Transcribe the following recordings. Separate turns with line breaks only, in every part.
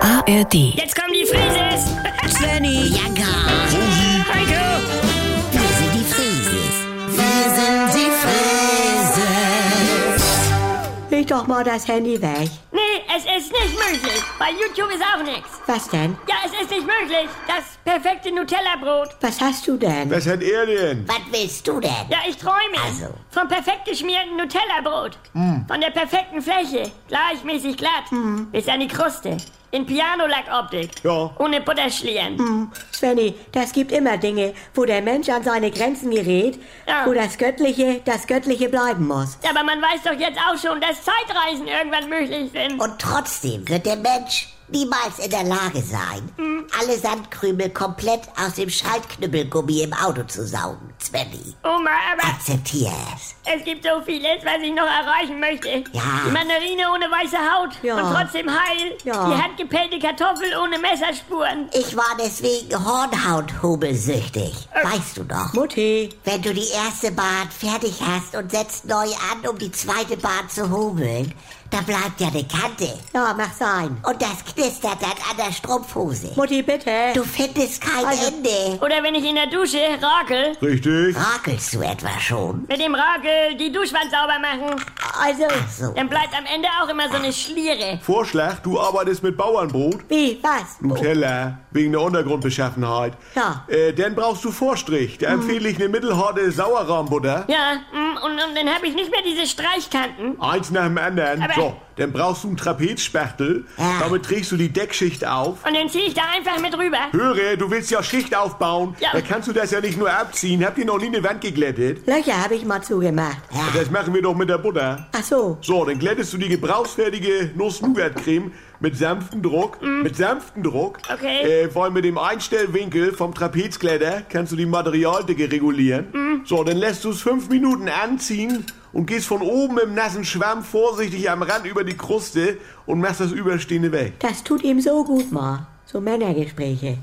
ARD.
Jetzt kommen die Frises!
Svenny.
Ja, gar.
Heiko!
Wir sind die Frieses. Wir sind die Frieses.
Leg doch mal das Handy weg.
Nee, es ist nicht möglich! Bei YouTube ist auch nichts!
Was denn?
Ja, es ist nicht möglich! Das perfekte Nutella-Brot!
Was hast du denn?
Was hat er denn?
Was willst du denn?
Ja, ich träume!
Also.
Vom perfekt geschmierten Nutella-Brot! Von der perfekten Fläche! Gleichmäßig glatt! Bis an die Kruste! In Pianolack-Optik!
Ja.
Ohne Butterschlieren!
Svenny, das gibt immer Dinge, wo der Mensch an seine Grenzen gerät,
Ja.
wo das Göttliche das Göttliche bleiben muss.
Aber man weiß doch jetzt auch schon, dass Zeitreisen irgendwann möglich sind!
Und trotzdem wird der Mensch niemals in der Lage sein, alle Sandkrümel komplett aus dem Schaltknüppelgummi im Auto zu saugen, Svenny.
Oma, aber
Akzeptier es.
es gibt so vieles, was ich noch erreichen möchte.
Ja.
Die Mandarine ohne weiße Haut
Ja.
und trotzdem heil.
Ja.
Die handgepellte Kartoffel ohne Messerspuren.
Ich war deswegen Hornhauthobelsüchtig. Weißt du noch?
Äh. Mutti,
Wenn du die erste Bahn fertig hast und setzt neu an, um die zweite Bahn zu hobeln, da bleibt ja eine Kante.
ja, mach sein.
Und das knistert dann an der Strumpfhose.
Mutti, bitte.
Du findest kein
Also-
Ende.
Oder wenn ich in der Dusche rakel,
Ah.
Richtig?
Rakelst du etwa schon?
mit dem Rakel die Duschwand sauber machen,
Also,
So.
dann bleibt am Ende auch immer so eine Schliere.
Vorschlag, du arbeitest mit Bauernbrot.
wie, was?
Nutella, wegen der Untergrundbeschaffenheit.
Ja.
Äh, dann brauchst du Vorstrich. Da empfehle ich eine mittelharte Sauerrahmbutter.
Ja, mm, und, und dann habe ich nicht mehr diese Streichkanten.
Eins nach dem anderen.
Aber-
so, dann brauchst du einen Trapezspachtel.
Ja.
Damit trägst du die Deckschicht auf.
Und dann ziehe ich da einfach mit rüber.
Höre, du willst ja Schicht aufbauen.
Ja.
Da kannst du das ja nicht nur abziehen. Habt ihr noch nie eine Wand geglättet?
Löcher habe ich mal zugemacht.
Das machen wir doch mit der Butter.
Ach so,
So, dann glättest du die gebrauchsfertige Nuss-Nougat-Creme mit sanftem Druck. Mit sanftem Druck.
Mhm. Okay.
Äh, vor allem mit dem Einstellwinkel vom Trapezkletter kannst du die Materialdicke regulieren.
Mhm.
So, dann lässt du es fünf Minuten anziehen und gehst von oben im nassen Schwamm vorsichtig am Rand über die Kruste und machst das Überstehende weg.
das tut ihm so gut mal. So Männergespräche.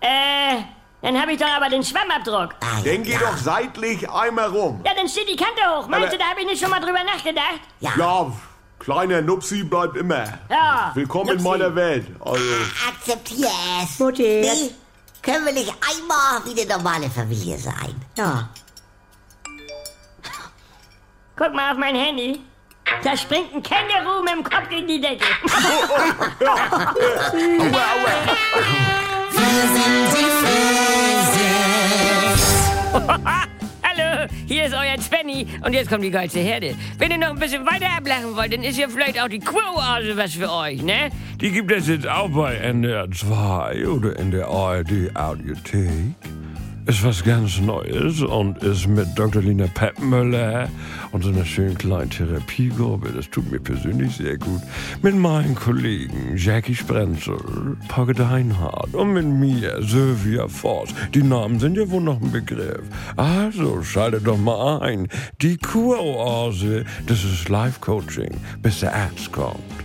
Äh, dann habe ich doch aber den Schwammabdruck.
Ah,
Dann geh
ja,
doch seitlich einmal rum.
Ja, dann steht die Kante hoch. Meinst
Aber-
du, da habe ich nicht schon mal drüber nachgedacht?
ja.
Ja, kleiner Nupsi bleibt immer.
Ja,
Willkommen in
Nupsi.
meiner Welt. Also,
Akzeptier es.
Mutti,
Nee,
jetzt-
können wir nicht einmal wie eine normale Familie sein?
Ja,
Guck mal auf mein Handy. Da springt ein Känguru mit dem Kopf gegen die Decke.
Oh,
Wir sind die Frieses.
Hallo, hier ist euer Svenny und jetzt kommt die geilste Herde. Wenn ihr noch ein bisschen weiter ablachen wollt, dann ist hier vielleicht auch die Quo-Ase was für euch, ne?
Die gibt es jetzt auch bei NDR 2 oder in der ARD Audiothek. Ist was ganz Neues und ist mit Dr. Lina Peppmüller und so einer schönen kleinen Therapiegruppe, das tut mir persönlich sehr gut, mit meinen Kollegen Jackie Sprenzel, Pogge Deinhardt und mit mir Sylvia Voss. Die Namen sind ja wohl noch ein Begriff. Also schaltet doch mal ein. Die Kuroase, das ist Life Coaching, bis der Arzt kommt.